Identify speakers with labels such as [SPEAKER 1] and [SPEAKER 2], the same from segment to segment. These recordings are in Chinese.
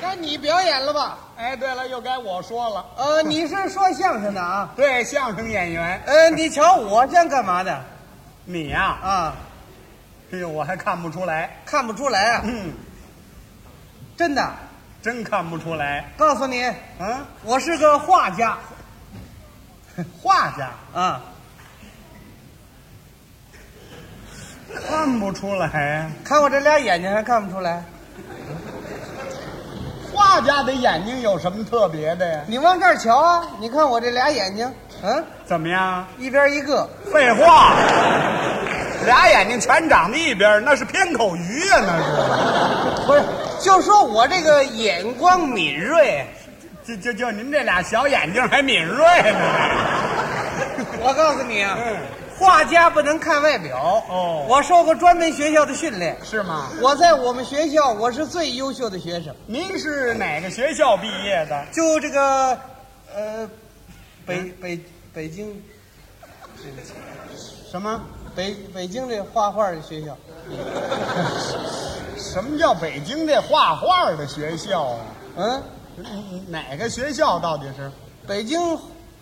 [SPEAKER 1] 该你表演了吧？
[SPEAKER 2] 哎，对了，又该我说了。
[SPEAKER 1] 呃，你是说相声的啊？
[SPEAKER 2] 对，相声演员，
[SPEAKER 1] 呃，你瞧我像干嘛的？
[SPEAKER 2] 你呀、
[SPEAKER 1] 啊，
[SPEAKER 2] 哎呦，我还看不出来，
[SPEAKER 1] 看不出来啊，
[SPEAKER 2] 嗯，
[SPEAKER 1] 真的。
[SPEAKER 2] 真看不出来。
[SPEAKER 1] 告诉你，
[SPEAKER 2] 嗯，
[SPEAKER 1] 我是个画家
[SPEAKER 2] 画家
[SPEAKER 1] 啊，
[SPEAKER 2] 看不出来，
[SPEAKER 1] 看我这俩眼睛还看不出来？
[SPEAKER 2] 画家的眼睛有什么特别的呀？
[SPEAKER 1] 你往这儿瞧啊，你看我这俩眼睛，嗯，
[SPEAKER 2] 怎么样？
[SPEAKER 1] 一边一个，
[SPEAKER 2] 废话， 俩眼睛全长在一边儿，那是偏口鱼呀、那 是。
[SPEAKER 1] 不是，就说我这个眼光敏锐。
[SPEAKER 2] 就就就您这俩小眼睛还敏锐呢。
[SPEAKER 1] 我告诉你啊，
[SPEAKER 2] 嗯
[SPEAKER 1] 画家不能看外表
[SPEAKER 2] 哦
[SPEAKER 1] 我受过专门学校的训练，
[SPEAKER 2] 是吗？
[SPEAKER 1] 我在我们学校我是最优秀的学生，
[SPEAKER 2] 您是哪个学校毕业的？
[SPEAKER 1] 就这个，呃，北、
[SPEAKER 2] 嗯
[SPEAKER 1] 北北京
[SPEAKER 2] 什么？
[SPEAKER 1] 北北京这画画的学校，
[SPEAKER 2] 什么叫北京这画画的学校啊？
[SPEAKER 1] 嗯，
[SPEAKER 2] 嗯哪个学校到底是？
[SPEAKER 1] 北京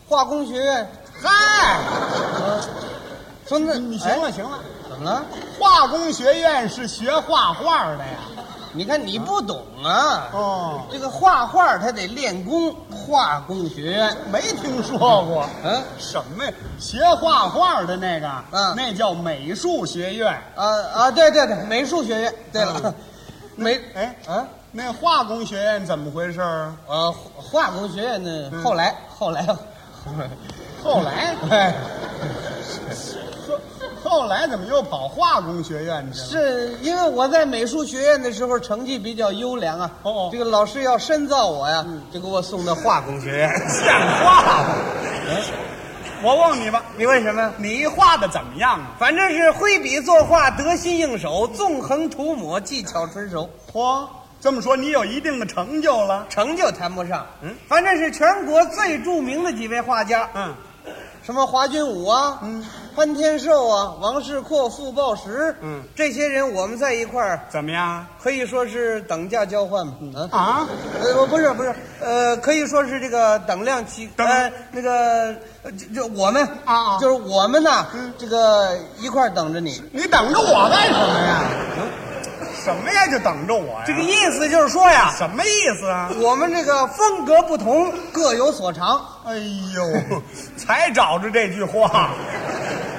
[SPEAKER 1] 化工学院，
[SPEAKER 2] 嗨，
[SPEAKER 1] 说那
[SPEAKER 2] 你行了
[SPEAKER 1] 哎
[SPEAKER 2] 行了，
[SPEAKER 1] 怎么了？
[SPEAKER 2] 化工学院是学画画的呀。
[SPEAKER 1] 你看你不懂啊，
[SPEAKER 2] 哦，
[SPEAKER 1] 这个画画它得练功，化工学院，
[SPEAKER 2] 没听说过。
[SPEAKER 1] 嗯
[SPEAKER 2] 什么呀？学画画的那个，
[SPEAKER 1] 嗯
[SPEAKER 2] 那叫美术学院。
[SPEAKER 1] 啊啊，对对对，美术学院，对了，
[SPEAKER 2] 嗯
[SPEAKER 1] 美
[SPEAKER 2] 哎，
[SPEAKER 1] 啊。
[SPEAKER 2] 那化工学院怎么回事儿？
[SPEAKER 1] 呃，化化工学院呢，
[SPEAKER 2] 嗯
[SPEAKER 1] 后来后来，
[SPEAKER 2] 后来，
[SPEAKER 1] 哎，
[SPEAKER 2] 后后来怎么又跑化工学院去了？
[SPEAKER 1] 是因为我在美术学院的时候成绩比较优良啊，
[SPEAKER 2] 哦
[SPEAKER 1] 这个老师要深造我呀，就给我送到化工学院。
[SPEAKER 2] 像话吗？我问你吧，
[SPEAKER 1] 你为什么？
[SPEAKER 2] 你画的怎么样啊？
[SPEAKER 1] 反正是挥笔作画，得心应手，纵横涂抹，技巧纯熟，
[SPEAKER 2] 嚯，这么说你有一定的成就了？
[SPEAKER 1] 成就谈不上。
[SPEAKER 2] 嗯，
[SPEAKER 1] 反正是全国最著名的几位画家，
[SPEAKER 2] 嗯，
[SPEAKER 1] 什么华君武啊，
[SPEAKER 2] 嗯，
[SPEAKER 1] 潘天寿啊，王世阔、傅抱石，
[SPEAKER 2] 嗯，
[SPEAKER 1] 这些人我们在一块儿
[SPEAKER 2] 怎么样？
[SPEAKER 1] 可以说是等价交换嘛，嗯
[SPEAKER 2] 啊，
[SPEAKER 1] 呃，不不是不是，呃，可以说是这个等量齐，
[SPEAKER 2] 等
[SPEAKER 1] 呃，那个，呃就就我们
[SPEAKER 2] 啊啊嗯
[SPEAKER 1] 就是我们呐，这个一块儿等着你。
[SPEAKER 2] 你等着我干什么呀？什么呀？就等着我呀？
[SPEAKER 1] 这个意思就是说呀，
[SPEAKER 2] 什么意思啊？
[SPEAKER 1] 我们这个风格不同，各有所长，
[SPEAKER 2] 哎呦， 才找着这句话，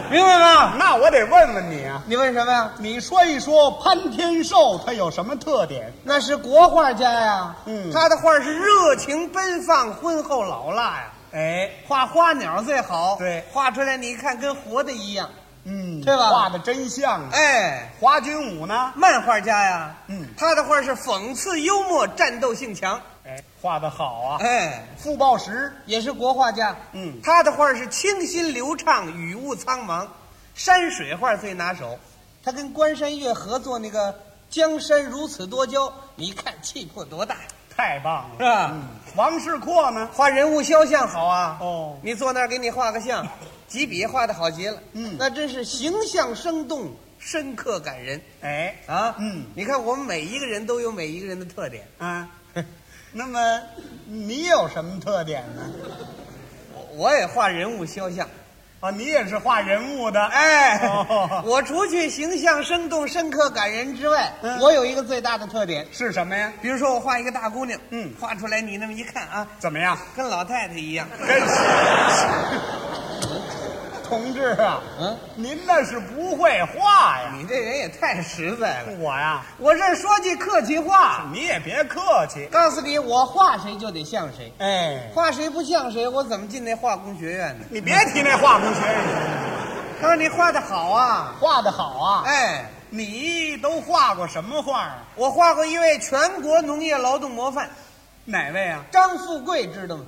[SPEAKER 1] 明白吗？
[SPEAKER 2] 那我得问问你啊，
[SPEAKER 1] 你问什么呀？
[SPEAKER 2] 嗯你说一说潘天寿他有什么特点？
[SPEAKER 1] 那是国画家呀，
[SPEAKER 2] 嗯
[SPEAKER 1] 他的画是热情奔放、婚后老辣呀，
[SPEAKER 2] 哎，
[SPEAKER 1] 画花鸟最好，
[SPEAKER 2] 对
[SPEAKER 1] 画出来你一看跟活的一样，
[SPEAKER 2] 嗯，
[SPEAKER 1] 对吧
[SPEAKER 2] 画的真像啊。
[SPEAKER 1] 哎。
[SPEAKER 2] 华君武呢？
[SPEAKER 1] 漫画家呀，
[SPEAKER 2] 嗯
[SPEAKER 1] 他的画是讽刺幽默，战斗性强，
[SPEAKER 2] 哎，画的好啊。
[SPEAKER 1] 哎，
[SPEAKER 2] 傅抱石，
[SPEAKER 1] 也是国画家，
[SPEAKER 2] 嗯
[SPEAKER 1] 他的画是清新流畅，雨雾苍茫，山水画最拿手。他跟关山月合作那个《江山如此多娇》，你一看气魄多大，
[SPEAKER 2] 太棒了，
[SPEAKER 1] 是吧
[SPEAKER 2] 哦嗯，王世阔呢？
[SPEAKER 1] 画人物肖像好啊。
[SPEAKER 2] 哦
[SPEAKER 1] 你坐那儿给你画个 像，几笔画的好极了，
[SPEAKER 2] 嗯
[SPEAKER 1] 那真是形象生动，深刻感人
[SPEAKER 2] 哎，
[SPEAKER 1] 啊。
[SPEAKER 2] 嗯
[SPEAKER 1] 你看我们每一个人都有每一个人的特点。
[SPEAKER 2] 啊，那么你有什么特点呢？
[SPEAKER 1] 我我也画人物肖像，
[SPEAKER 2] 啊，你也是画人物的，
[SPEAKER 1] 哎，
[SPEAKER 2] 哦
[SPEAKER 1] 我除去形象生动、深刻感人之外，
[SPEAKER 2] 嗯
[SPEAKER 1] 我有一个最大的特点，
[SPEAKER 2] 是什么呀？
[SPEAKER 1] 比如说我画一个大姑娘，
[SPEAKER 2] 嗯
[SPEAKER 1] 画出来你那么一看啊，
[SPEAKER 2] 怎么样？
[SPEAKER 1] 跟老太太一样，
[SPEAKER 2] 跟 同志啊，
[SPEAKER 1] 嗯，
[SPEAKER 2] 您那是不会画呀，
[SPEAKER 1] 你这人也太实在了。
[SPEAKER 2] 我呀，
[SPEAKER 1] 我这说句客气话，
[SPEAKER 2] 你也别客气，
[SPEAKER 1] 告诉你，我画谁就得像谁，
[SPEAKER 2] 哎，
[SPEAKER 1] 画谁不像谁，我怎么进那化工学院呢？
[SPEAKER 2] 你别提那画工学院，
[SPEAKER 1] 他说你画的好啊，
[SPEAKER 2] 画的好啊，
[SPEAKER 1] 哎，
[SPEAKER 2] 你都画过什么画啊？
[SPEAKER 1] 我画过一位全国农业劳动模范
[SPEAKER 2] 哪位啊？
[SPEAKER 1] 张富贵，知道吗？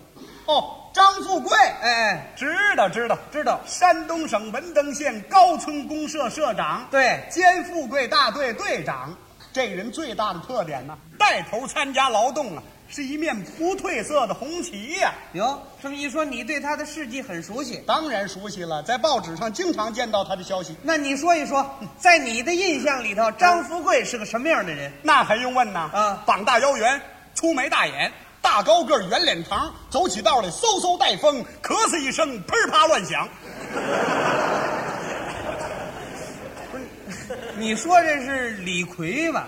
[SPEAKER 2] 哦，张富贵，
[SPEAKER 1] 哎哎，
[SPEAKER 2] 知道知道，
[SPEAKER 1] 知道，
[SPEAKER 2] 山东省文登县高村公社社长，
[SPEAKER 1] 对。
[SPEAKER 2] 兼富贵大队队长。这个人最大的特点呢，带头参加劳动啊，是一面不褪色的红旗呀、
[SPEAKER 1] 哟，这么一说，你对他的事迹很熟悉。
[SPEAKER 2] 当然熟悉了，在报纸上经常见到他的消息，
[SPEAKER 1] 那你说一说，在你的印象里头，张富贵是个什么样的人？
[SPEAKER 2] 那还用问呐？
[SPEAKER 1] 啊
[SPEAKER 2] 膀大腰圆，粗粗眉大眼，大高个儿圆脸膛，走起道来嗖嗖带风，咳嗽一声噼儿啪乱响。
[SPEAKER 1] 你说这是李逵吧？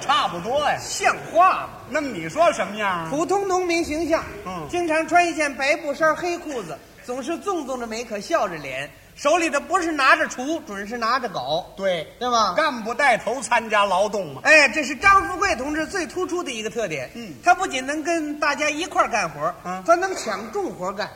[SPEAKER 2] 差不多呀。
[SPEAKER 1] 像话吗？
[SPEAKER 2] 那么你说什么样？啊
[SPEAKER 1] 普通农民形象，
[SPEAKER 2] 嗯
[SPEAKER 1] 经常穿一件白布衫、黑裤子，总是纵纵着眉，可笑着脸，手里的不是拿着锄，准是拿着镐，
[SPEAKER 2] 对，
[SPEAKER 1] 对吧？
[SPEAKER 2] 干部带头参加劳动嘛。
[SPEAKER 1] 哎，这是张富贵同志最突出的一个特点。
[SPEAKER 2] 嗯
[SPEAKER 1] 他不仅能跟大家一块儿干活，
[SPEAKER 2] 嗯
[SPEAKER 1] 他能抢重活干，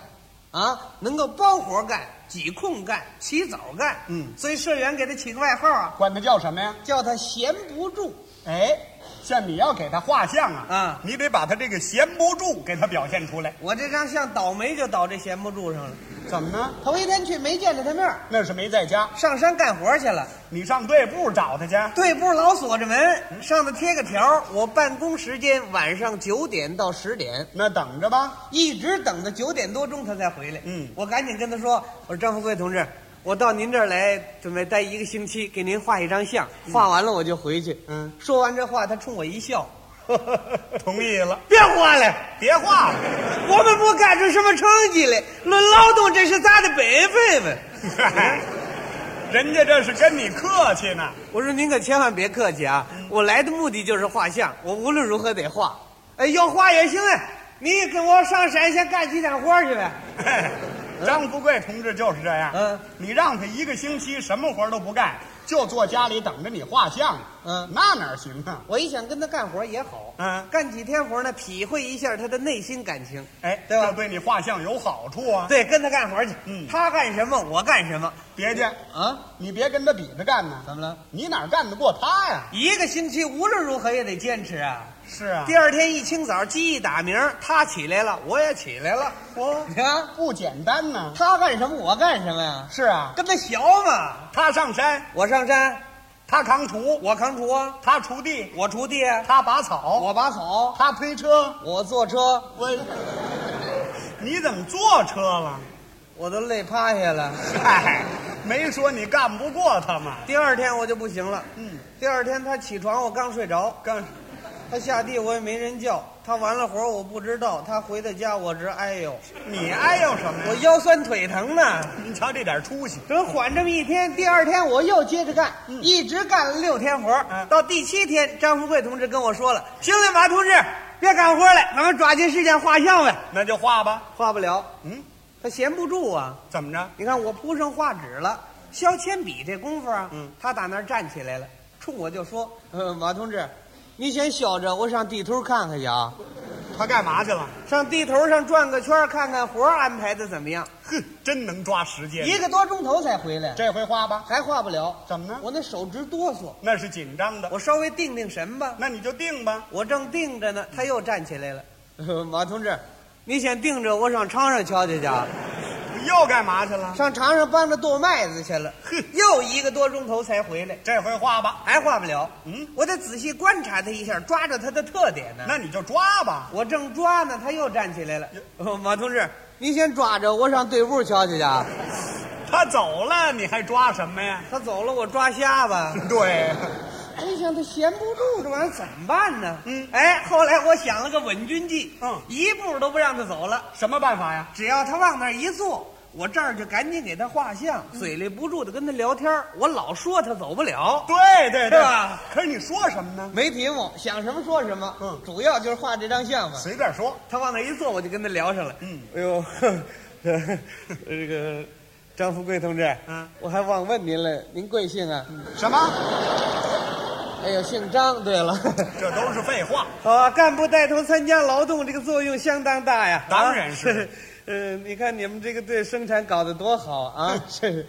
[SPEAKER 1] 啊，能够包活干、挤空干、起早干。
[SPEAKER 2] 嗯
[SPEAKER 1] 所以社员给他起个外号啊，
[SPEAKER 2] 管他叫什么呀？
[SPEAKER 1] 叫他闲不住。
[SPEAKER 2] 哎，像你要给他画像啊，
[SPEAKER 1] 啊
[SPEAKER 2] 你得把他这个闲不住给他表现出来。
[SPEAKER 1] 我这张相倒霉就倒这闲不住上了。
[SPEAKER 2] 怎么呢？
[SPEAKER 1] 头一天去没见着他面儿，
[SPEAKER 2] 那是没在家，
[SPEAKER 1] 上山干活去了。
[SPEAKER 2] 你上队部找他去。
[SPEAKER 1] 队部老锁着门，上头贴个条儿，我办公时间晚上九点到十点。
[SPEAKER 2] 那等着吧。
[SPEAKER 1] 一直等到九点多钟他才回来。
[SPEAKER 2] 嗯
[SPEAKER 1] 我赶紧跟他说：“我说张富贵同志，我到您这儿来，准备待一个星期，给您画一张像，画完了我就回去。”
[SPEAKER 2] 嗯，
[SPEAKER 1] 说完这话，他冲我一笑
[SPEAKER 2] 同意了，：“
[SPEAKER 1] 别画了，
[SPEAKER 2] 别画了。
[SPEAKER 1] 我们不干出什么成绩来，论劳动这是咱的本分嘛。
[SPEAKER 2] 人家这是跟你客气呢。”
[SPEAKER 1] 我说：“您可千万别客气啊，我来的目的就是画像，我无论如何得画。哎，要画也行啊，你也跟我上山先干几天活去呗。
[SPEAKER 2] 嘿张富贵同志就是这样，
[SPEAKER 1] 嗯，
[SPEAKER 2] 你让他一个星期什么活都不干，就坐家里等着你画像，
[SPEAKER 1] 嗯
[SPEAKER 2] 那哪行啊？
[SPEAKER 1] 我一想跟他干活也好，
[SPEAKER 2] 嗯
[SPEAKER 1] 干几天活呢，体会一下他的内心感情。
[SPEAKER 2] 哎，
[SPEAKER 1] 对吧
[SPEAKER 2] 这对你画像有好处啊。
[SPEAKER 1] 对，跟他干活去，
[SPEAKER 2] 嗯
[SPEAKER 1] 他干什么我干什么
[SPEAKER 2] 别介，
[SPEAKER 1] 啊？
[SPEAKER 2] 你别跟他比着干呢。
[SPEAKER 1] 怎么了？
[SPEAKER 2] 你哪干得过他呀？
[SPEAKER 1] 一个星期无论如何也得坚持啊！
[SPEAKER 2] 是啊
[SPEAKER 1] 第，二天一清早鸡一打鸣，他起来了，我也起来了。
[SPEAKER 2] 哦
[SPEAKER 1] 你看
[SPEAKER 2] 不简单呢。
[SPEAKER 1] 他干什么我干什么呀？
[SPEAKER 2] 是啊，
[SPEAKER 1] 跟他学嘛。
[SPEAKER 2] 他上山，
[SPEAKER 1] 我上山，
[SPEAKER 2] 他扛锄，
[SPEAKER 1] 我扛锄啊，
[SPEAKER 2] 他锄地，
[SPEAKER 1] 我锄地啊，
[SPEAKER 2] 他拔草，
[SPEAKER 1] 我拔草，
[SPEAKER 2] 他推车。
[SPEAKER 1] 我坐车，
[SPEAKER 2] 我，你怎么坐车了？
[SPEAKER 1] 我都累趴下了。
[SPEAKER 2] 嗨，没说你干不过他嘛。
[SPEAKER 1] 第二天我就不行了，
[SPEAKER 2] 嗯，
[SPEAKER 1] 第二天他起床，我刚睡着，
[SPEAKER 2] 干。
[SPEAKER 1] 他下地我也没人叫，他完了活儿我不知道，他回到家我直哎呦，
[SPEAKER 2] 你哎呦什么
[SPEAKER 1] 我
[SPEAKER 2] 呀？
[SPEAKER 1] 腰酸腿疼呢。
[SPEAKER 2] 您瞧这点出息，
[SPEAKER 1] 等缓这么一天，第二天我又接着干，一直干了六天活儿、
[SPEAKER 2] 嗯
[SPEAKER 1] 到第七天，张富贵同志跟我说了：“行了，马同志，别干活了，咱们抓紧时间画像呗。
[SPEAKER 2] 那就画”吧。
[SPEAKER 1] 画不了，
[SPEAKER 2] 嗯，
[SPEAKER 1] 他闲不住啊。
[SPEAKER 2] 怎么着？
[SPEAKER 1] 你看我铺上画纸了，削铅笔这功夫啊，
[SPEAKER 2] 嗯
[SPEAKER 1] 他打那儿站起来了，冲我就说：“呃，马同志，你先削着，我上地头看看去啊。”
[SPEAKER 2] 他干嘛去了？
[SPEAKER 1] 上地头上转个圈儿，看看活儿安排的怎么样。
[SPEAKER 2] 哼，真能抓时间。
[SPEAKER 1] 一个多钟头才回来，
[SPEAKER 2] 这回画吧？
[SPEAKER 1] 还画不了。
[SPEAKER 2] 怎么呢
[SPEAKER 1] 我那手直哆嗦，
[SPEAKER 2] 那是紧张的。
[SPEAKER 1] 我稍微定定神吧。
[SPEAKER 2] 那你就定吧。
[SPEAKER 1] 我正定着呢，他又站起来了。 马同志，你先定着，我上场上瞧瞧去啊。
[SPEAKER 2] 又干嘛去了？
[SPEAKER 1] 上场上帮着剁麦子去了
[SPEAKER 2] 哼，
[SPEAKER 1] 又一个多钟头才回来，
[SPEAKER 2] 这回画吧。
[SPEAKER 1] 还画不了。
[SPEAKER 2] 嗯，
[SPEAKER 1] 我得仔细观察他一下，抓着他的特点呢。
[SPEAKER 2] 那你就抓吧。
[SPEAKER 1] 我正抓呢，他又站起来了。 马同志，您先抓着，我上队部瞧瞧去啊。
[SPEAKER 2] 他走了，你还抓什么呀？
[SPEAKER 1] 他走了，我抓瞎吧。
[SPEAKER 2] 对，
[SPEAKER 1] 我一哎想，他闲不住，这玩意儿怎么办呢？
[SPEAKER 2] 嗯
[SPEAKER 1] 哎，后来我想了个稳军计，
[SPEAKER 2] 嗯
[SPEAKER 1] 一步都不让他走了，
[SPEAKER 2] 什么办法呀？
[SPEAKER 1] 只要他往那儿一坐，我这儿就赶紧给他画像，嘴里不住的跟他聊天儿，我老说他走不了。
[SPEAKER 2] 对对
[SPEAKER 1] 是
[SPEAKER 2] 对
[SPEAKER 1] 吧
[SPEAKER 2] 可是你说什么呢？
[SPEAKER 1] 没题目，想什么说什么，
[SPEAKER 2] 嗯
[SPEAKER 1] 主要就是画这张像嘛。
[SPEAKER 2] 随便说。
[SPEAKER 1] 他往那儿一坐，我就跟他聊上了。
[SPEAKER 2] 嗯，
[SPEAKER 1] 哎呦， 呵呵这个张富贵同志，
[SPEAKER 2] 嗯，
[SPEAKER 1] 我还忘问您了，您贵姓啊？
[SPEAKER 2] 什么？
[SPEAKER 1] 哎呦，姓张。对了。
[SPEAKER 2] 这都是废话。
[SPEAKER 1] 啊，干部带头参加劳动，这个作用相当大呀！
[SPEAKER 2] 当然是
[SPEAKER 1] 啊。 呃，你看你们这个对生产搞得多好 啊！是，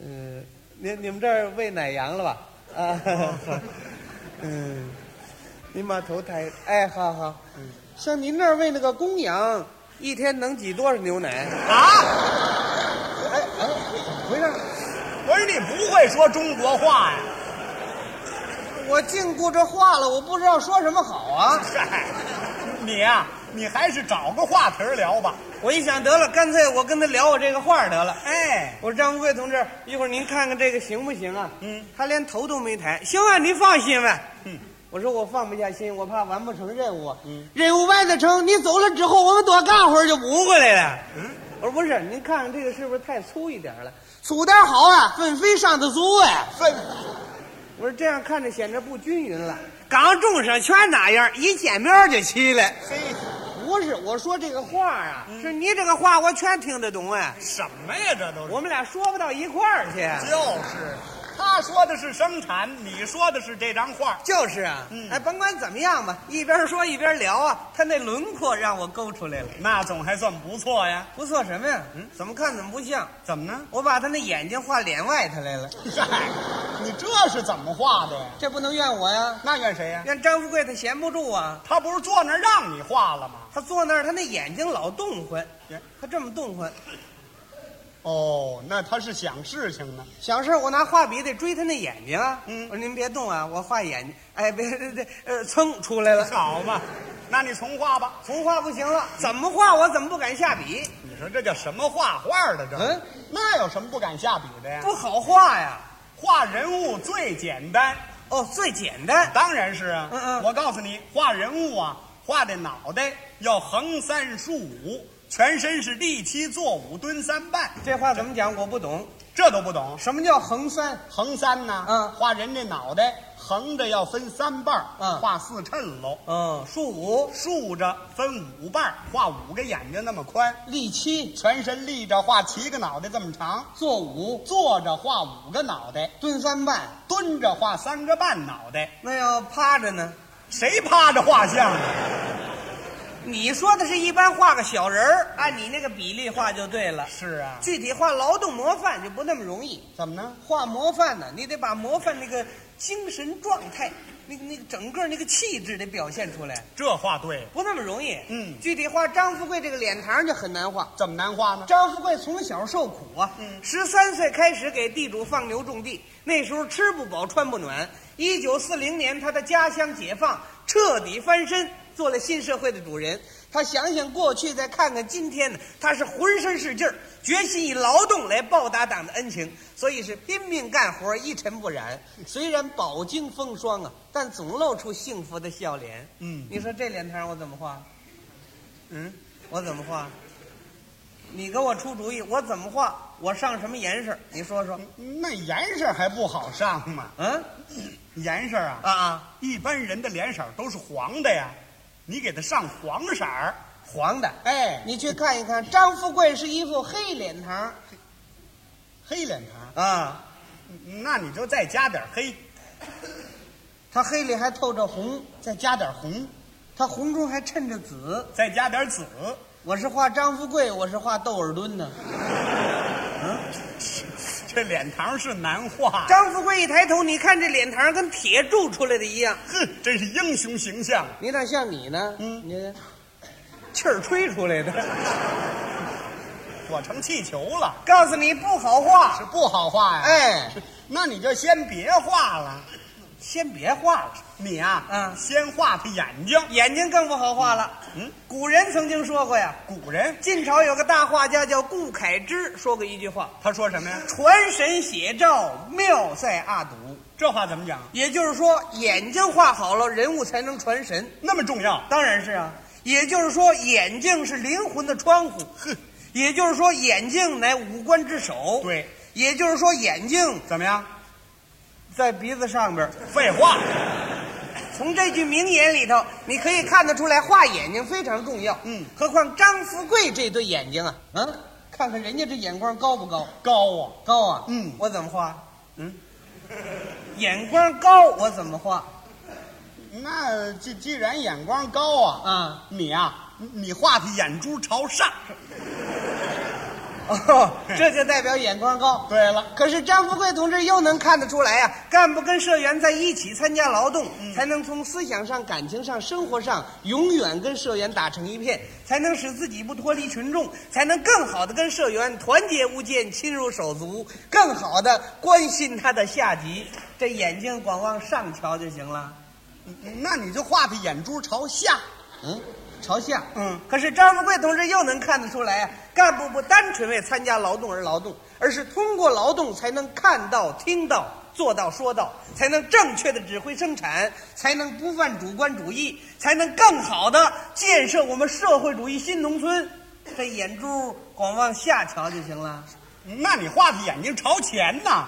[SPEAKER 1] 嗯，你你们这儿喂奶羊了吧？啊， 嗯，您把头抬，哎，好好，像您那儿喂那个公羊，一天能挤多少牛奶？
[SPEAKER 2] 啊！
[SPEAKER 1] 哎哎，回事儿，
[SPEAKER 2] 我说你不会说中国话呀？
[SPEAKER 1] 我净顾着话了，我不知道说什么好啊！
[SPEAKER 2] 嗨，你呀、你还是找个话题儿聊吧。
[SPEAKER 1] 我一想，得了，干脆我跟他聊我这个话儿得了。
[SPEAKER 2] 哎，
[SPEAKER 1] 我说张富贵同志，一会儿您看看这个行不行啊？
[SPEAKER 2] 嗯，
[SPEAKER 1] 他连头都没抬。行啊，您放心吧。
[SPEAKER 2] 嗯，
[SPEAKER 1] 我说我放不下心，我怕完不成任务。
[SPEAKER 2] 嗯
[SPEAKER 1] 任务完得成，你走了之后，我们多干会儿就补回来了。我说不是，您看看这个是不是太粗一点了？粗点好啊，粪飞上的足啊。
[SPEAKER 2] 分
[SPEAKER 1] 我说这样看着显着不均匀了。刚种上全那样，一见面就起来。
[SPEAKER 2] 嘿，
[SPEAKER 1] 不是，我说这个话啊，是你这个话我全听得懂哎，
[SPEAKER 2] 什么呀？这都是
[SPEAKER 1] 我们俩说不到一块儿去。
[SPEAKER 2] 就是，他说的是生产，你说的是这张画。
[SPEAKER 1] 就是啊，哎，甭管怎么样吧，一边说一边聊啊，他那轮廓让我勾出来了。
[SPEAKER 2] 那总还算不错呀。
[SPEAKER 1] 不错什么呀？怎么看怎么不像。
[SPEAKER 2] 怎么呢？
[SPEAKER 1] 我把他那眼睛画脸外头来了，
[SPEAKER 2] 嗨，你这是怎么画的呀？
[SPEAKER 1] 这不能怨我呀，
[SPEAKER 2] 那怨谁呀？
[SPEAKER 1] 怨张富贵他闲不住啊。
[SPEAKER 2] 他不是坐那儿让你画了吗？
[SPEAKER 1] 他坐那儿，他那眼睛老动换
[SPEAKER 2] 哎，
[SPEAKER 1] 他这么动换。
[SPEAKER 2] 哦，那他是想事情呢。
[SPEAKER 1] 小时候我拿画笔得追他那眼睛啊。
[SPEAKER 2] 嗯
[SPEAKER 1] 我说您别动啊，我画眼睛。哎，别这这呃，噌出来了。
[SPEAKER 2] 好嘛，那你重画吧。
[SPEAKER 1] 重画不行了，怎么画我怎么不敢下笔？
[SPEAKER 2] 你说这叫什么画画的这？
[SPEAKER 1] 嗯，
[SPEAKER 2] 那有什么不敢下笔的呀？
[SPEAKER 1] 不好画呀。
[SPEAKER 2] 画人物最简单，
[SPEAKER 1] 哦，最简单。
[SPEAKER 2] 当然是啊。
[SPEAKER 1] 嗯嗯
[SPEAKER 2] 我告诉你，画人物啊，画这脑袋要横三竖五，全身是立七坐五蹲三半，
[SPEAKER 1] 这话怎么讲我不懂，
[SPEAKER 2] 这都不懂。
[SPEAKER 1] 什么叫横三？
[SPEAKER 2] 横三呢？
[SPEAKER 1] 嗯
[SPEAKER 2] 画人这脑袋横着要分三瓣儿，
[SPEAKER 1] 嗯
[SPEAKER 2] 画四衬喽。
[SPEAKER 1] 嗯，竖五
[SPEAKER 2] 竖着分五瓣儿，画五个眼睛那么宽，
[SPEAKER 1] 立七，
[SPEAKER 2] 全身立着画七个脑袋这么长，
[SPEAKER 1] 坐五，
[SPEAKER 2] 坐着画五个脑袋，
[SPEAKER 1] 蹲三瓣。
[SPEAKER 2] 蹲着画三个半脑袋。
[SPEAKER 1] 那要趴着呢？
[SPEAKER 2] 谁趴着画像啊？
[SPEAKER 1] 你说的是一般画个小人儿，按你那个比例画就对了。
[SPEAKER 2] 是啊，
[SPEAKER 1] 具体画劳动模范就不那么容易。
[SPEAKER 2] 怎么呢？
[SPEAKER 1] 画模范呢，你得把模范那个精神状态，那个那个整个那个气质得表现出来，
[SPEAKER 2] 这画对，
[SPEAKER 1] 不那么容易。
[SPEAKER 2] 嗯
[SPEAKER 1] 具体画张富贵这个脸膛就很难画。
[SPEAKER 2] 怎么难画呢？
[SPEAKER 1] 张富贵从小受苦啊，
[SPEAKER 2] 嗯
[SPEAKER 1] 十三岁开始给地主放牛种地，那时候吃不饱穿不暖。一九四零年，他的家乡解放，彻底翻身，做了新社会的主人。他想想过去，再看看今天呢，他是浑身是劲儿，决心以劳动来报答党的恩情，所以是拼命干活，一尘不染。虽然饱经风霜啊，但总露出幸福的笑脸。
[SPEAKER 2] 嗯
[SPEAKER 1] 你说这脸膛我怎么画？
[SPEAKER 2] 嗯，
[SPEAKER 1] 我怎么画？你给我出主意，我怎么画？我上什么颜色？你说说。
[SPEAKER 2] 那颜色还不好上吗？
[SPEAKER 1] 嗯
[SPEAKER 2] 颜色啊，
[SPEAKER 1] 啊啊，
[SPEAKER 2] 一般人的脸色都是黄的呀，你给他上黄色儿，
[SPEAKER 1] 黄的。
[SPEAKER 2] 哎，
[SPEAKER 1] 你去看一看，张富贵是一副黑脸膛
[SPEAKER 2] 黑脸膛，
[SPEAKER 1] 啊，
[SPEAKER 2] 那你就再加点黑，
[SPEAKER 1] 他黑里还透着红，
[SPEAKER 2] 再加点红，
[SPEAKER 1] 他红中还衬着紫。
[SPEAKER 2] 再加点紫。
[SPEAKER 1] 我是画张富贵，我是画窦尔敦呢。
[SPEAKER 2] 这脸膛是难画，
[SPEAKER 1] 张富贵一抬头，你看这脸膛跟铁铸出来的一样。
[SPEAKER 2] 哼，真是英雄形象。
[SPEAKER 1] 你哪像你呢？
[SPEAKER 2] 嗯
[SPEAKER 1] 你气儿吹出来的。
[SPEAKER 2] 我成气球了，
[SPEAKER 1] 告诉你不好画，
[SPEAKER 2] 是不好画呀。
[SPEAKER 1] 哎，
[SPEAKER 2] 那你就先别画了，
[SPEAKER 1] 先别画了。
[SPEAKER 2] 你啊，
[SPEAKER 1] 嗯
[SPEAKER 2] 先画他眼睛。
[SPEAKER 1] 眼睛更不好画了。
[SPEAKER 2] 嗯，
[SPEAKER 1] 古人曾经说过呀，
[SPEAKER 2] 古人
[SPEAKER 1] 晋朝有个大画家叫顾恺之，说过一句话
[SPEAKER 2] 他说什么呀：“？
[SPEAKER 1] 传神写照，妙在阿堵。
[SPEAKER 2] 这话怎么讲？”
[SPEAKER 1] 也就是说，眼睛画好了，人物才能传神。
[SPEAKER 2] 那么重要？
[SPEAKER 1] 当然是啊，也就是说，眼睛是灵魂的窗户。
[SPEAKER 2] 哼，
[SPEAKER 1] 也就是说，眼睛乃五官之首。，
[SPEAKER 2] 对，
[SPEAKER 1] 也就是说，眼睛
[SPEAKER 2] 怎么样？
[SPEAKER 1] 在鼻子上边儿。
[SPEAKER 2] 废话，
[SPEAKER 1] 从这句名言里头，你可以看得出来，画眼睛非常重要。
[SPEAKER 2] 嗯，
[SPEAKER 1] 何况张富贵这对眼睛啊，嗯，看看人家这眼光高不高？
[SPEAKER 2] 高啊！
[SPEAKER 1] 高啊！
[SPEAKER 2] 嗯
[SPEAKER 1] 我怎么画？
[SPEAKER 2] 嗯，
[SPEAKER 1] 眼光高，我怎么画？
[SPEAKER 2] 那既既然眼光高啊，
[SPEAKER 1] 啊，
[SPEAKER 2] 你啊，你你画他眼珠朝上。
[SPEAKER 1] 哦， 这就代表眼光高。
[SPEAKER 2] 对了，
[SPEAKER 1] 可是张富贵同志又能看得出来呀、干部跟社员在一起参加劳动，
[SPEAKER 2] 嗯
[SPEAKER 1] 才能从思想上、感情上、生活上永远跟社员打成一片，才能使自己不脱离群众，才能更好的跟社员团结无间、亲如手足，更好的关心他的下级。这眼睛光往上瞧就行了。
[SPEAKER 2] 嗯那你就画他眼珠朝下。
[SPEAKER 1] 嗯，朝下。
[SPEAKER 2] 嗯，
[SPEAKER 1] 可是张富贵同志又能看得出来啊，干部不单纯为参加劳动而劳动，而是通过劳动才能看到、听到、做到说到，才能正确的指挥生产，才能不犯主观主义，才能更好的建设我们社会主义新农村。这眼珠光往下瞧就行了，
[SPEAKER 2] 那你画的眼睛朝前呐，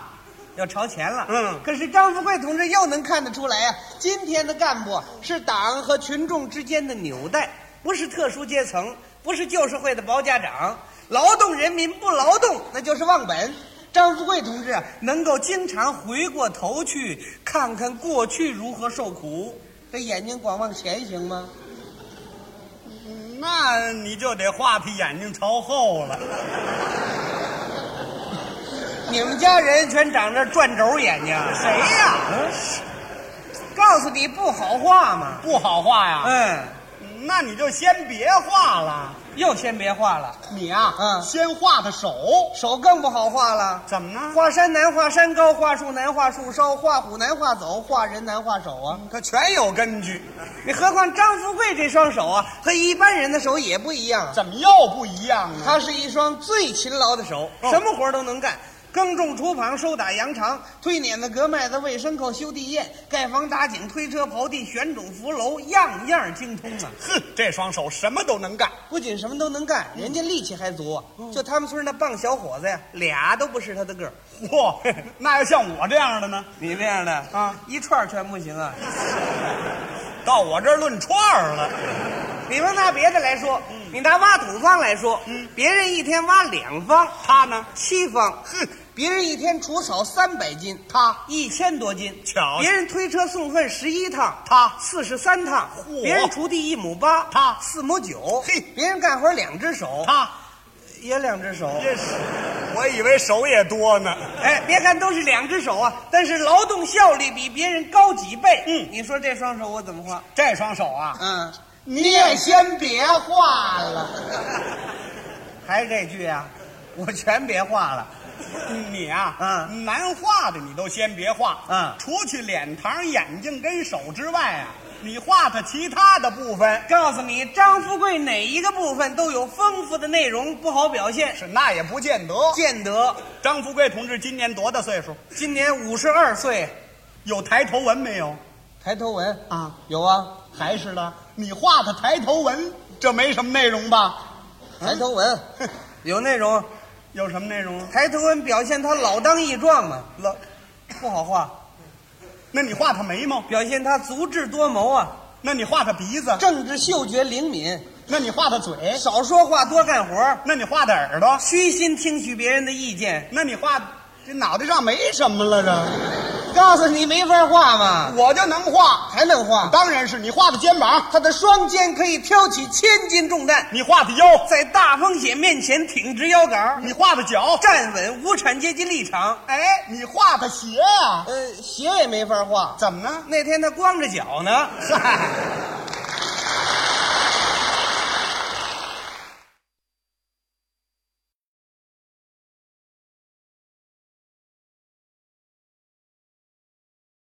[SPEAKER 1] 要朝前了。
[SPEAKER 2] 嗯
[SPEAKER 1] 可是张富贵同志又能看得出来呀、今天的干部是党和群众之间的纽带，不是特殊阶层，不是旧社会的保家长。劳动人民不劳动，那就是忘本。张富贵同志啊能够经常回过头去看看过去如何受苦，这眼睛光往前行吗？嗯
[SPEAKER 2] 那你就得画的眼睛朝后了。
[SPEAKER 1] 你们家人全长着转轴眼睛，呃
[SPEAKER 2] 谁呀、
[SPEAKER 1] 告诉你不好话嘛。
[SPEAKER 2] 不好画呀？
[SPEAKER 1] 嗯，
[SPEAKER 2] 呃那你就先别画了。
[SPEAKER 1] 又先别画了，
[SPEAKER 2] 你啊，
[SPEAKER 1] 嗯
[SPEAKER 2] 先画的手，
[SPEAKER 1] 手更不好画了。
[SPEAKER 2] 怎么呢？
[SPEAKER 1] 画山难画山高，画树难画树梢，画虎难画走，画人难画手啊！
[SPEAKER 2] 可全有根据，
[SPEAKER 1] 你何况张富贵这双手啊，和一般人的手也不一样啊，
[SPEAKER 2] 怎么又不一样呢？
[SPEAKER 1] 他是一双最勤劳的手，
[SPEAKER 2] 哦
[SPEAKER 1] 什么活儿都能干。耕种、除糠、收打扬肠、推碾子、割麦子、喂牲口、修地堰、盖房搭井、推车刨地、旋种扶楼，样样精通啊！
[SPEAKER 2] 哼，这双手什么都能干。
[SPEAKER 1] 不仅什么都能干，人家力气还足啊。就他们村那棒小伙子呀，俩都不是他的个儿。
[SPEAKER 2] 嚯，那要像我这样的呢？
[SPEAKER 1] 你这样的啊，一串儿全不行啊！
[SPEAKER 2] 到我这儿论串儿了。
[SPEAKER 1] 你说拿别的来说，你拿挖土方来说，别人一天挖两方，
[SPEAKER 2] 他呢？
[SPEAKER 1] 七方，哼，别人一天除草三百斤，他一千多斤，
[SPEAKER 2] 瞧瞧
[SPEAKER 1] 别人推车送粪十一趟，
[SPEAKER 2] 他
[SPEAKER 1] 四十三趟，
[SPEAKER 2] 嚯
[SPEAKER 1] 别人锄地一亩八，
[SPEAKER 2] 他
[SPEAKER 1] 四亩九，
[SPEAKER 2] 嘿
[SPEAKER 1] 别人干活两只手，
[SPEAKER 2] 他
[SPEAKER 1] 也两只手，
[SPEAKER 2] 这是，我以为手也多呢。
[SPEAKER 1] 哎，别看都是两只手啊，但是劳动效率比别人高几倍。
[SPEAKER 2] 嗯
[SPEAKER 1] 你说这双手我怎么画？
[SPEAKER 2] 这双手啊，
[SPEAKER 1] 嗯，
[SPEAKER 2] 你也先别画了。
[SPEAKER 1] 还是这句啊， 我全别画了。
[SPEAKER 2] 你啊，
[SPEAKER 1] 嗯
[SPEAKER 2] 难画的你都先别画。
[SPEAKER 1] 嗯
[SPEAKER 2] 除去脸庞、眼睛跟手之外啊，你画它其他的部分
[SPEAKER 1] 告诉你，张富贵哪一个部分都有丰富的内容，不好表现。
[SPEAKER 2] 是那也不见得。
[SPEAKER 1] 见得
[SPEAKER 2] 张富贵同志今年多大岁数？
[SPEAKER 1] 今年五十二岁，
[SPEAKER 2] 有抬头纹没有？
[SPEAKER 1] 抬头纹
[SPEAKER 2] 啊，
[SPEAKER 1] 有啊，
[SPEAKER 2] 还是的，你画的抬头纹，这没什么内容吧？
[SPEAKER 1] 抬头纹、有内容。
[SPEAKER 2] 有什么内容？
[SPEAKER 1] 抬头纹表现他老当益壮嘛，
[SPEAKER 2] 了，
[SPEAKER 1] 不好画；
[SPEAKER 2] 那你画他眉毛？
[SPEAKER 1] 表现他足智多谋啊，
[SPEAKER 2] 那你画他鼻子？
[SPEAKER 1] 政治嗅觉灵敏，
[SPEAKER 2] 那你画他嘴？
[SPEAKER 1] 少说话多干活，
[SPEAKER 2] 那你画的耳朵？
[SPEAKER 1] 虚心听取别人的意见。
[SPEAKER 2] 那你画这脑袋上没什么了这，
[SPEAKER 1] 告诉你没法画嘛，
[SPEAKER 2] 我就能画。
[SPEAKER 1] 还能画。
[SPEAKER 2] 当然是你画的肩膀，
[SPEAKER 1] 他的双肩可以挑起千斤重担。
[SPEAKER 2] 你画的腰，
[SPEAKER 1] 在大风雪面前挺直腰杆，
[SPEAKER 2] 你画的脚，
[SPEAKER 1] 站稳无产阶级立场。
[SPEAKER 2] 哎，你画的鞋呀、啊
[SPEAKER 1] 呃，鞋也没法画，
[SPEAKER 2] 怎么呢？
[SPEAKER 1] 那天他光着脚呢。
[SPEAKER 2] 嗨，